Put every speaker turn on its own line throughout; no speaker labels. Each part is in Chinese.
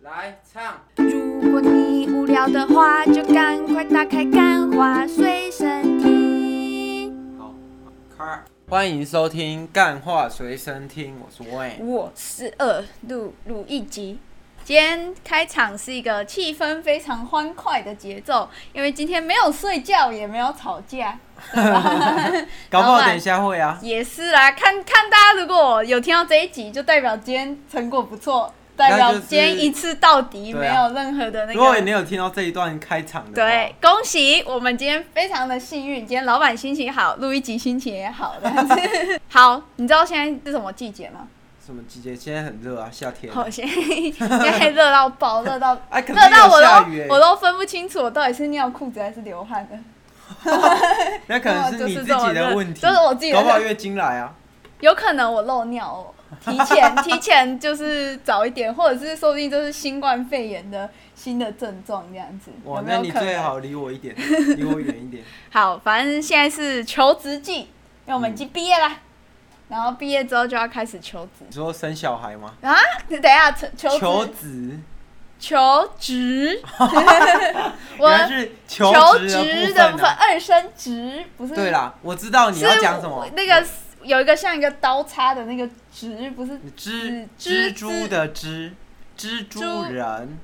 来唱，
如果你无聊的话，就赶快打开《干花随身听
好，开。欢迎收听《干话随身听》，我是 Wayne。》，
我是二录录一集。今天开场是一个气氛非常欢快的节奏，因为今天没有睡觉，也没有吵 架，
搞不
老
好
板
等一下会啊。
也是啦。看看大家如果有听到这一集，就代表今天成果不错，代表
那就是
今天一次到底，
对
没
啊
有任何的那
如果
个
你。有听到这一段开场的，
对，，恭喜我们今天非常的幸运，今天老板心情好，录一集心情也好 这样子好，你知道现在是什么季节吗？
什么季节？现在很热啊，夏天。
好，现在现在热到爆，热到
哎，可是
热到我
有下雨、欸，
都我都分不清楚我到底是尿裤子还是流汗的。
那可
哦
能是你自己的问题，
就是我自己的
搞不好月经来 啊。
有可能我漏尿、哦，提前提前就是早一点，或者是说不定就是新冠肺炎的新的症状这样子。
哇，
有没
那
有
你
可能
最好离我一 点，离我远一点。
好，反正现在是求职季，因为我们已
嗯
经毕业啦，然后毕业之后就要开始求职。
你说生小孩吗？
啊，等一下，求求
求
职
子，
求职，
原来
我
是
求
职
职的
部分
部分，
啊。
二升职不是
对啦，我知道你
是
要讲什么
我。那个有一个像一个刀叉的那个职，不是
蜘
蜘
蜘蛛的蜘，蜘蛛人，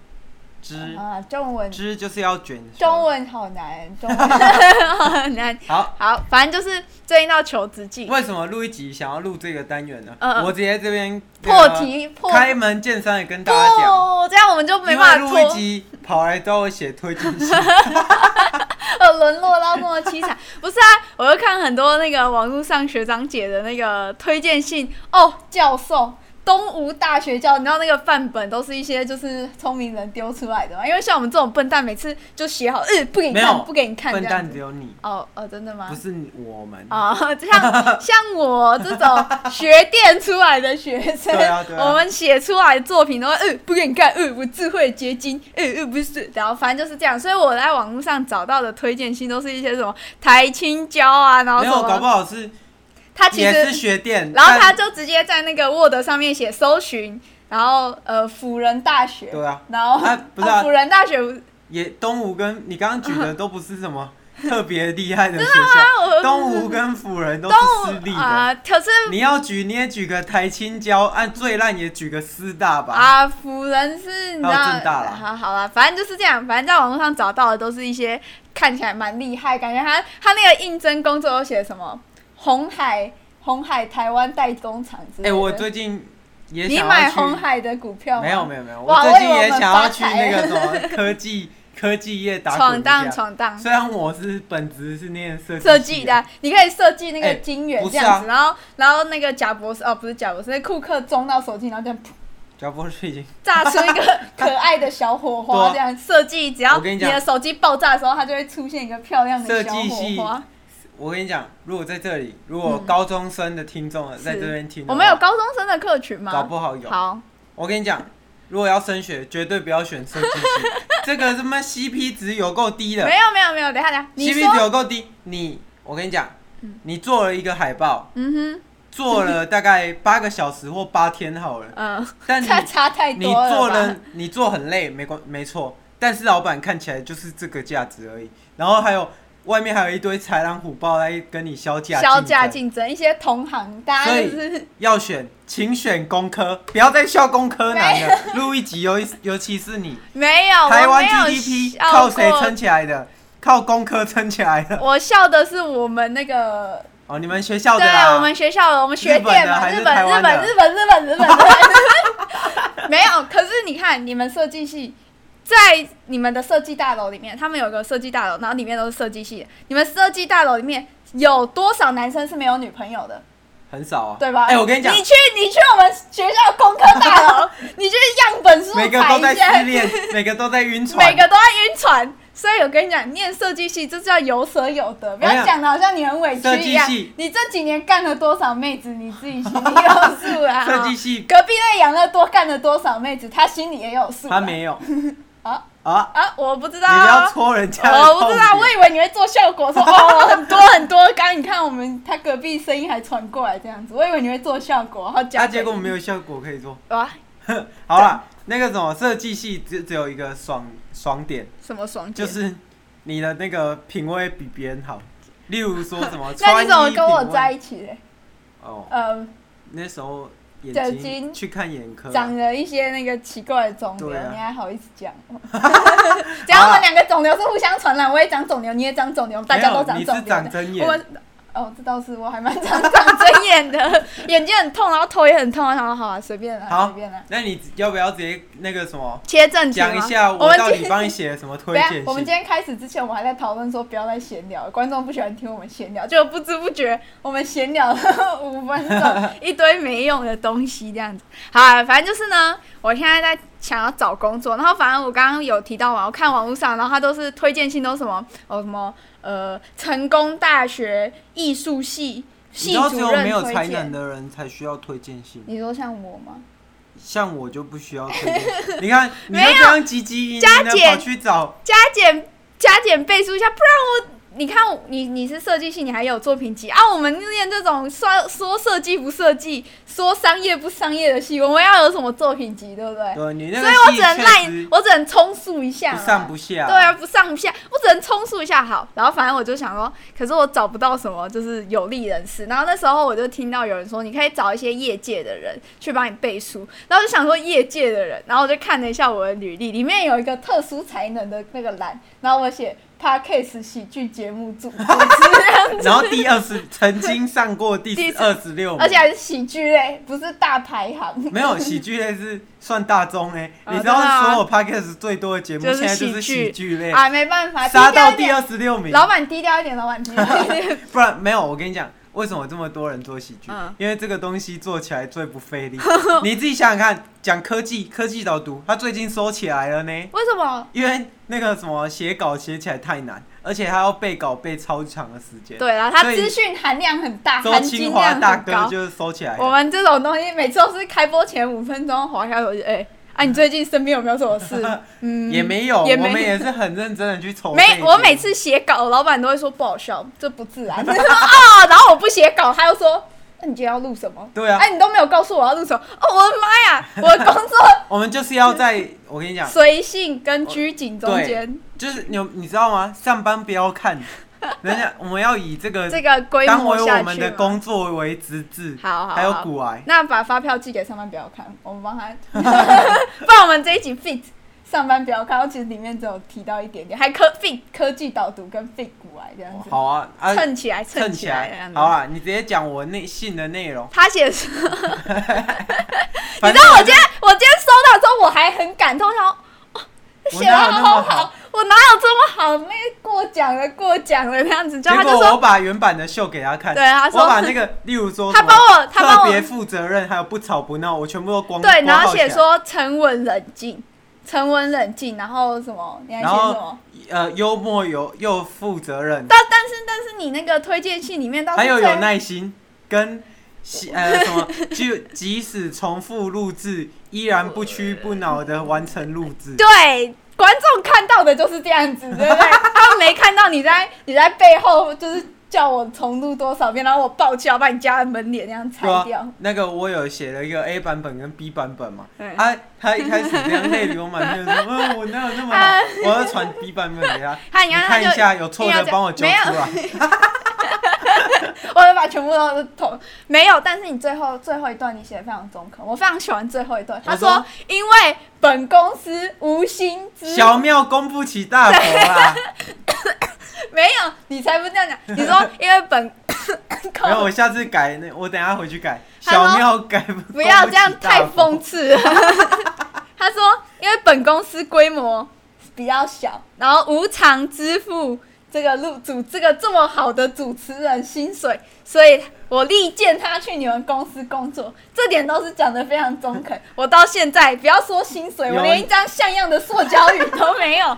蜘
啊？中文
蜘就是要卷舌
中文好难，中文 好难。
好，
好，反正就是最近到求职季，
为什么录一集想要录这个单元呢？
嗯
我直接这边
破，题
这
破
个开门见山的跟大家讲。
不，这样我们就没
因
办
为
法
录一
拖。
集跑来找我写推 荐信，
呃，沦落到这么凄惨，不是啊？我又看很多那个网络上学长姐的那个推荐信哦，教授，东吴大学教，你知道那个范本都是一些就是聪明人丢出来的嘛？因为像我们这种笨蛋，每次就写好，嗯、不给你
没有
看，不给你看，
笨
这样
蛋
子
只有你，
哦哦，真的吗
不？是我们。
哦，像像我这种学电出来的学生，
对啊对啊
我们写出来的作品都会，嗯、不给你看，嗯、我智慧结晶，嗯、嗯、不是，然后反正就是这样。所以我在网络上找到的推荐信都是一些什么台青交啊，然后
没
什
有，搞不
么，
好是
他其
也是
实，
学电，
然后他
但
就直接在那个 Word 上面写搜寻，然后呃辅仁大学，
对啊，
然后
啊不是啊
啊辅仁大学不是，
也东吴跟你刚刚举的都不是什么特别厉害 的学校，
我
东吴跟辅仁都是私立的。
啊，可是
你要举你也举个台青交，按最烂也举个师大吧。
啊，辅仁是，你知道，
还有正大啦
好好啦，反正就是这样，反正在网络上找到的都是一些看起来蛮厉害，感觉他他那个应征工作都写什么红海红海台湾代工厂之
哎、
类的。
我最近也
你
想
买
要
红
去，
海的股票吗？
没有没有没有，
哇
我最近也想要
为
去
我们
那个
发
什么科 技科技业打滚
闯
一下
荡。闯荡。
虽然我是本职是念设
设
计
计
系
的啊、你可以设计那
哎
个晶圆
不是
这样
啊
子，然后然后那个贾博士哦，不是贾博士，那库克装到手机，然后这样噗
贾博士已经
炸出一 个可爱的小火
对
花，
啊
这样设计，只要
我跟你讲
的手机爆炸的时候，它就会出现一个漂亮
设
的小
计系
火花。
我跟你讲，如果在这里，如果
嗯
高中生的听众啊在这边听的话，
我们有高中生的客群吗？
搞不好有。
好，
我跟你讲，如果要升学，绝对不要选设计 系，这个他妈 CP 值有够低的
没有没有没有，等一下等一下， 你
，CP 值
说，
有够低。你，我跟你讲，你做了一个海报，
嗯
做了大概八个小时或八天好了
哼，，嗯、
但
差
你
差太
你
多了吧
做了，你做很累，没关没错，但是老板看起来就是这个价值而已。然后还有外面还有一堆豺狼虎豹来跟你削价
销
竞
价
争
竞争，一些同行，大家就是
要选，请选工科，不要再笑工科男 了。录一集尤尤其是你，
没有
台湾
哦我没有
GDP
笑
靠谁
过
撑起来的？靠工科撑起来的。
我笑的是我们那个，
哦，你们学校的
对啊
啦，
我们学校的，我们学
日本
店
的
嘛，
还是
日
台
本
湾
日
的
本日本日本日本日本， 没有。可是你看，你们设计系在你们的设计大楼里面，他们有个设计大楼，然后里面都是设计系的。你们设计大楼里面有多少男生是没有女朋友的？
很少啊，
对吧？
哎、我跟你讲
你，去你去我们学校工科大 楼，你去样本数
每个
排
都在
一下
失，恋， 每个都在晕船，
每个都在晕船。所以我跟你讲，念设计系就是要有舍有得，不
我跟
要
你讲
讲的好像你很委
哎设
屈
计
一样
系。
你这几年干了多少妹子，你自己心里有数 啊。
设计系
隔壁那养乐多干了多少妹子，他心里也有数、
他没有
啊
啊，
啊，我不知道
你不要
啊。
戳人家的痛
我
点。
不知道，我以为你会做效 果，说哦很多很多。刚刚你看我们他隔壁声音还传过来这样子，我以为你会做效果，好假。
啊，结果没有效果可以做。
哇，
好了，那个什么设计系只只有一个爽爽点，
什么爽
就
点？
是你的那个品味比别人好。例如说什么
那
穿
你怎么
衣
跟我
品味
在一起嘞？
哦，
呃，
那时候
酒
眼睛
精
去看眼科啊，
长了一些那个奇怪的肿瘤，
对啊
你还好意思 讲我？只要我们两个肿瘤是互相传染，我也长肿瘤，你也长肿瘤，大家都
没
长
有你
肿瘤
是长
的。
针
我
眼，
哦，这倒是我还蛮常长针 眼的，眼睛很痛，然后头也很痛，然后想说好啊，随便啦，
好
随便啦，
那你要不要直接那个什么
切正题吗
讲一下
我
我
们
到
今
底帮你写了什么推
等一下
荐
我们今
信？
天开始之前，我们还在讨论说不要再闲聊，观众不喜欢听我们闲聊，就不知不觉我们闲聊了五分钟，一堆没用的东西这样子。好啊、反正就是呢，我现在在想要找工作，然后反正我刚刚有提到嘛，我看网络上，然后他都是推荐信都是什么哦什么呃成功大学艺术系
你
系
知道只
主
有
任
没有
推
才能
荐。
的人才需要推荐信，
你说像我吗？
像我就不需要推 荐信。你看，你就
没有
这样积极，你
加减
跑去找
加减加减倍数一下，不然我你看我你你是设计系，你还有作品集啊？我们念这种说说设计不设计，说商业不商业的系，我们要有什么作品集，对不对？
对你那
所
个
以我
戏
只能
确
赖
实，
我只能充数一下
不
嘛，
上不下。
对啊，不上不下，我只能充数一下好。然后反正我就想说，可是我找不到什么就是有利人士。然后那时候我就听到有人说，你可以找一些业界的人去帮你背书。然后就想说业界的人，然后我就看了一下我的履历，里面有一个特殊才能的那个栏，然后我写 podcast 喜剧节目 主主持人
然后第二十曾经上过第
第
二十六，
而且还是喜剧类，不是大排行。
没有喜剧类是算大众哎、
哦
你知道
真的吗
所有 podcast 最多的节目
就是
现在就是
喜剧
喜剧类，
啊，没办法，低
哎杀
调
到
一
第
点。
二十六名。
老板低调一点，老板低调一点。
不然没有，我跟你讲，为什么这么多人做喜剧？
嗯
因为这个东西做起来最不费 力。你自己想想看，讲科技，科技导读，它最近收起来了呢，
为什么？
因为那个什么写稿写起来太难，而且它要背稿背超长的时间。
对啊，他
所以
资讯含量很大，
周
含金
清华
量
大
很
哥
高。
就是收起来
我
了，
们这种东西每次都是开播前五分钟划一下手机，哎、啊，你最近身边有没有什么 事？嗯，
也没有，
也
我
没
们也是很认真的去筹备
没，
这个。
我每次写稿，老板都会说不好笑，这不 自然。啊，然后我不写稿，他又说。那你今天要录什么？
对啊
哎、你都没有告诉我要录什么。哦，我的妈 呀！我的工作
我们就是要在，我跟你讲，
随性跟拘谨中 间，
就是你有你知道吗？上班不要 看，人家我们要以这个
这个规
当
模
为
下
我
去嘛。
们的工作为资质，
好好
还有
好
骨癌。
那把发票寄给上班不要看，我们 帮他， 不然我们这一集 fit 上班不要看，然后其实里面只有提到一点点，还科 fit 科技导读跟 fit 股癌这样子，
好啊，啊，
蹭起来
蹭
起
起
来这样
来，
子。
好啊，你直接讲我内信的内容。
他写说，
反
你知
正
道我今天我今天收到之后我还很感动，然后哦，
我
写的
哪有那
好
么
好
好，
我哪有这么好？那过奖了，过奖了这样子，就他
结
就
果我
说，
把原版的秀给他看，
对啊他说
我把那个，例如说
他
什么
帮我他帮我
特别负责任，还有不吵不闹，我全部都光
对，然
光
后
号起来
写说沉稳冷静，沉稳冷静，然后什么？你还写
然后
什么？
呃幽默有又负责任，
但但是但是你那个推荐信里面倒是
还有
最
有耐心跟喜。呃，什么就即使重复录制，依然不屈不挠的完成录制。
对观众看到的就是这样子，对不 对？他们没看到你在你在背后就是叫我重录多少遍，然后我爆笑把你家的门帘那样拆
对啊
掉。，
那个我有写了一个 A 版本跟 B 版本嘛，
对
啊，他一开始这样泪流满面 说，嗯，我哪有那么好
啊，
我要传 B 版本给他，
他你
你
看他
看
就
一下有错啊
硬要
的
讲
帮我揪出来，
我会把全部都统没有，但是你最后最后一段你写的非常中肯，我非常喜欢最后一段。
我
他
说
说因为本公司无心 之
小庙供不起大佛 啦，
没有，你才不这样讲。你说因为本
然后我下次改那，我等一下回去改，
他说
小庙改不
不要这样太讽
疯，
刺了。 他说，因为本公司规模比较小，然后无偿支付这个录主这个这么好的主持人薪水，所以我力荐他去你们公司工作，这点都是讲的非常中 肯。我到现在不要说薪水，
有
我连一张像样的塑胶语都啊 没有。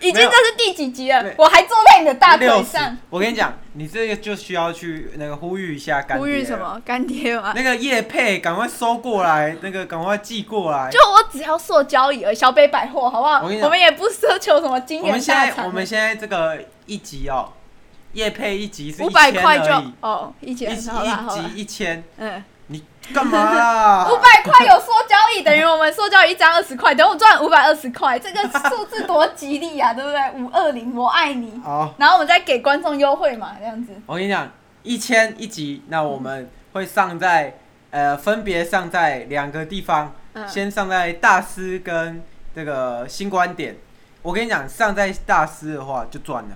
已经
没有
这是第几集了
对？
我还坐在你的大腿
六十
上，，
我跟你讲，你这个就需要去那个呼吁一下干爹，
呼吁什？么干爹吗？
那个叶配赶快收过来，那个赶快寄过来
就。我只要塑胶椅而已小北百货，好不好？
我跟你
我
讲
们也不奢求什么经
我们
典
现
大
在
厂，
我们现在这个一集哦，叶配一集是
五百
1000
块就
而已
哦，一
一
千，好啦好啦
一集一千，
嗯，
你干嘛啦？
五百块有塑胶椅，等于我们塑胶椅一张二十块，等我赚五百二十块，这个数字多吉利啊，对不对？五二零，我爱你。
好，
然后我们再给观众优惠嘛，这样子。
我跟你讲，一千一集，那
嗯
我们会上在呃分别上在两个地方，
嗯，
先上在大师跟这个新观点。我跟你讲，上在大师的话就赚了。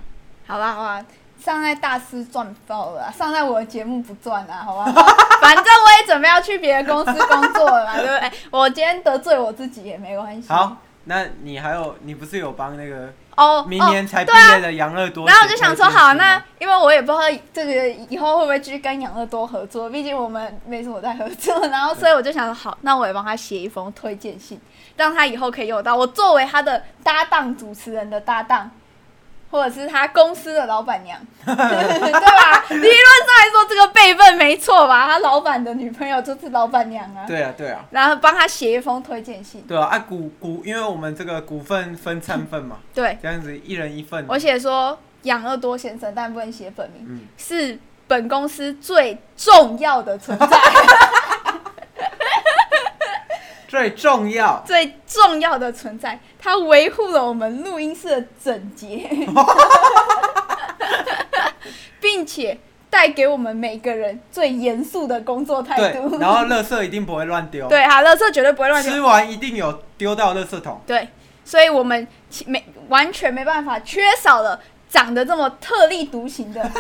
好吧，好吧，上在大师赚爆了啊，上在我的节目不赚啦，好吧？ 好吧反正我也准备要去别的公司工作了嘛，对不对？我今天得罪我自己也没关系。
好，那你还有你不是有帮那个
嗯哦，
明
哦
年才毕
对啊
业的杨乐多、
然后我就想说，好，啊那因为我也不知道这个以后会不会继续跟养乐多合作，毕竟我们没什么在合作。 然后，所以我就想说，好，那我也帮他写一封推荐信，让他以后可以用到。我作为他的搭档，主持人的搭档，或者是他公司的 老板娘，对吧？理论上来说，这个辈分没错吧？他老板的女朋友就是老板娘啊。
对啊，对啊，
然后帮他写一封推荐信，
对啊，啊股股，因为我们这个股份分三份嘛，
对
这样子一人一份。
嗯我写说养乐多先生，但不能写本名。
嗯，
是本公司最重要的存在，
最重要，
最重要的存在，它维护了我们录音室的 整洁，并且带给我们每个人最严肃的工作态
对
度。，
然后垃圾一定不会乱丢，
对，好，乐色绝对不会乱丢
吃。完一定有丢到垃圾桶。
对，所以我们其没完全没办法缺少了长得这么特立独行的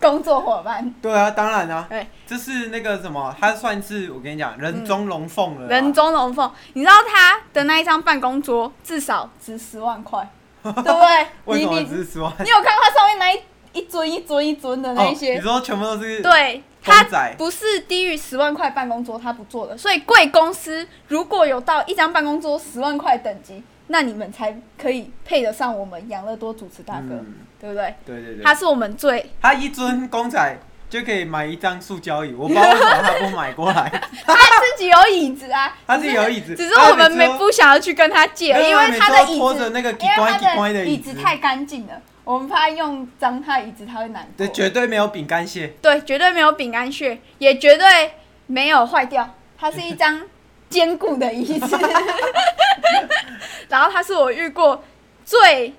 工作伙伴，
对啊，当然啊，
对，嗯
这是那个什么，他算是我跟你讲，人中龙凤了啦，啊
人中龙凤，你知道他的那一张办公桌至少值十 万块，对不对？
为
你
什么
你
只是十万？
你有看他上面那一一尊一尊一尊的那一
哦
些？
你说全部都是，
对，他
公仔
不是低于十万块办公桌，他不做的。所以贵公司如果有到一张办公桌十万块等级，那你们才可以配得上我们养乐多主持大哥，
嗯，
对不对？
对对对，
他是我们最，
他一尊公仔就可以买一张塑胶椅，我不知道为什么他不买过来，
他自己有椅子啊，
他 自己有 椅子，
只是我们没
他每次都
不想要去跟他借，因
没有
为他
每次
的
都
椅
拖
子
着那个
因为
关
他
关
的
的
椅
子
子太干净了，我们怕用脏他椅子他会难过。
对，绝对没有饼干屑，
对绝对没有饼干屑，也绝对没有坏掉，它是一张坚固的 椅子。然后它是我遇过最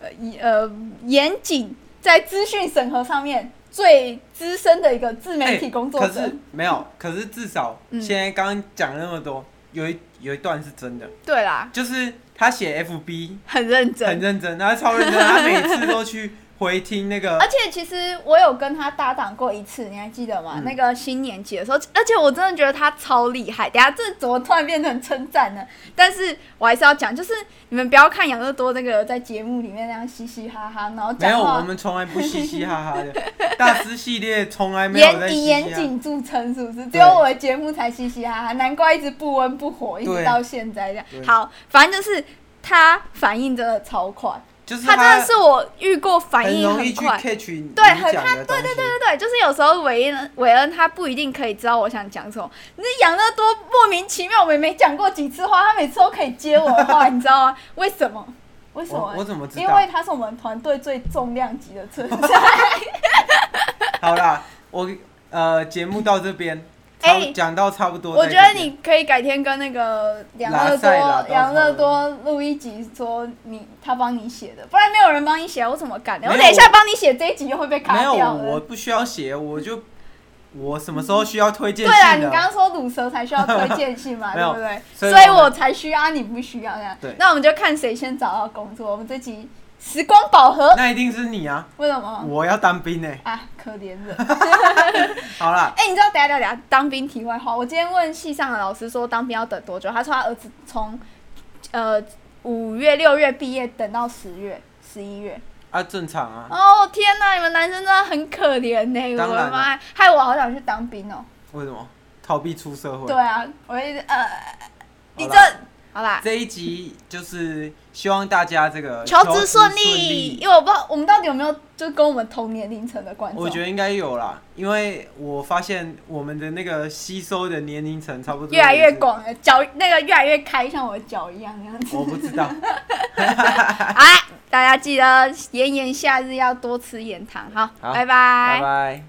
呃一呃严谨，在资讯审核上面最资深的一个自媒体工作
哎可
者。
是没有，可是至少
嗯
现在刚刚讲了那么多，有一有一段是真的，
对啦，
就是他写 FB
很认真，
很认真，他超认 真，他每次都去回听那个
而，且其实我有跟他搭档过一次，你还记得吗？
嗯
那个新年节的时候，而且我真的觉得他超厉害。等一下这怎么突然变成称赞呢？但是我还是要讲，就是你们不要看养乐多那个在节目里面那样嘻嘻哈哈，然后
没有，
讲
我
话
们从来不嘻嘻哈哈 的，大师系列从来没有在嘻
严以
嘻哈
严
哈。
谨著称，是不是？只有我的节目才嘻嘻哈哈，难怪一直不温不火，一直
对
到现在这样
对。
好，反正就是他反应真的超快，
就是
他真的是我遇过反
很
应
容易
很
去
快。
catch 你
对，
你
很
讲
他，
的
对
东啊
对对
西。
对对，就是有时候韦恩韦恩他不一定可以知道我想讲什么。那养乐多莫名其妙，我也没讲过几次话，他每次都可以接我的话，你知道吗？为什么？为什么
我？我怎么知
因
道
为？他是我们团队最重量级的存在。
好啦，我呃节目到这边，差
哎
讲到差不多在
我
这
觉
边。
得你可以改天跟那个养乐
拉塞拉
多
多
养乐多录一集，说你他帮你写的，不然没有人帮你写，我怎么敢
没
呢？我
有
等一下帮你写这一集又会被卡
没有，
掉
我
了。
不需要写，我就我什么时候需要推荐
对啦，
信
你
呢？
刚刚说乳蛇才需要推荐信 嘛，
没
对
有
不对？
所
所
以
以
我们
我才需要，你不需要这样
对。
那我们就看谁先找到工作。我们这集时光宝盒，
那一定是你啊！
为什么？
我要当兵呢、
啊，可怜人！
好啦，
哎、你知道？等一下，等一下等一下，当兵题外话，我今天问系上的老师说当兵要等多久，他说他儿子从呃五月六月毕业等到十月。十一月，
啊正常啊，
哦天哪，你们男生真的很可怜呢、
当
我
然了
的妈呀，害我好想去当兵哦、
为什么逃避出社会？
对啊，我一直呃，你
好
这
啦
好啦，
这一集就是希望大家这个
求职
职
顺利，
利。
因为我不知道我们到底有没有就跟我们同年龄层的观众。
我觉得应该有啦，因为我发现我们的那个吸收的年龄层差不多
越来
也
越
是。
广了，脚那个越来越开，像我的脚一样那样子。啊
我不知 道，
哎，大家记得炎炎夏日要多吃盐糖，好，
好
拜
拜拜。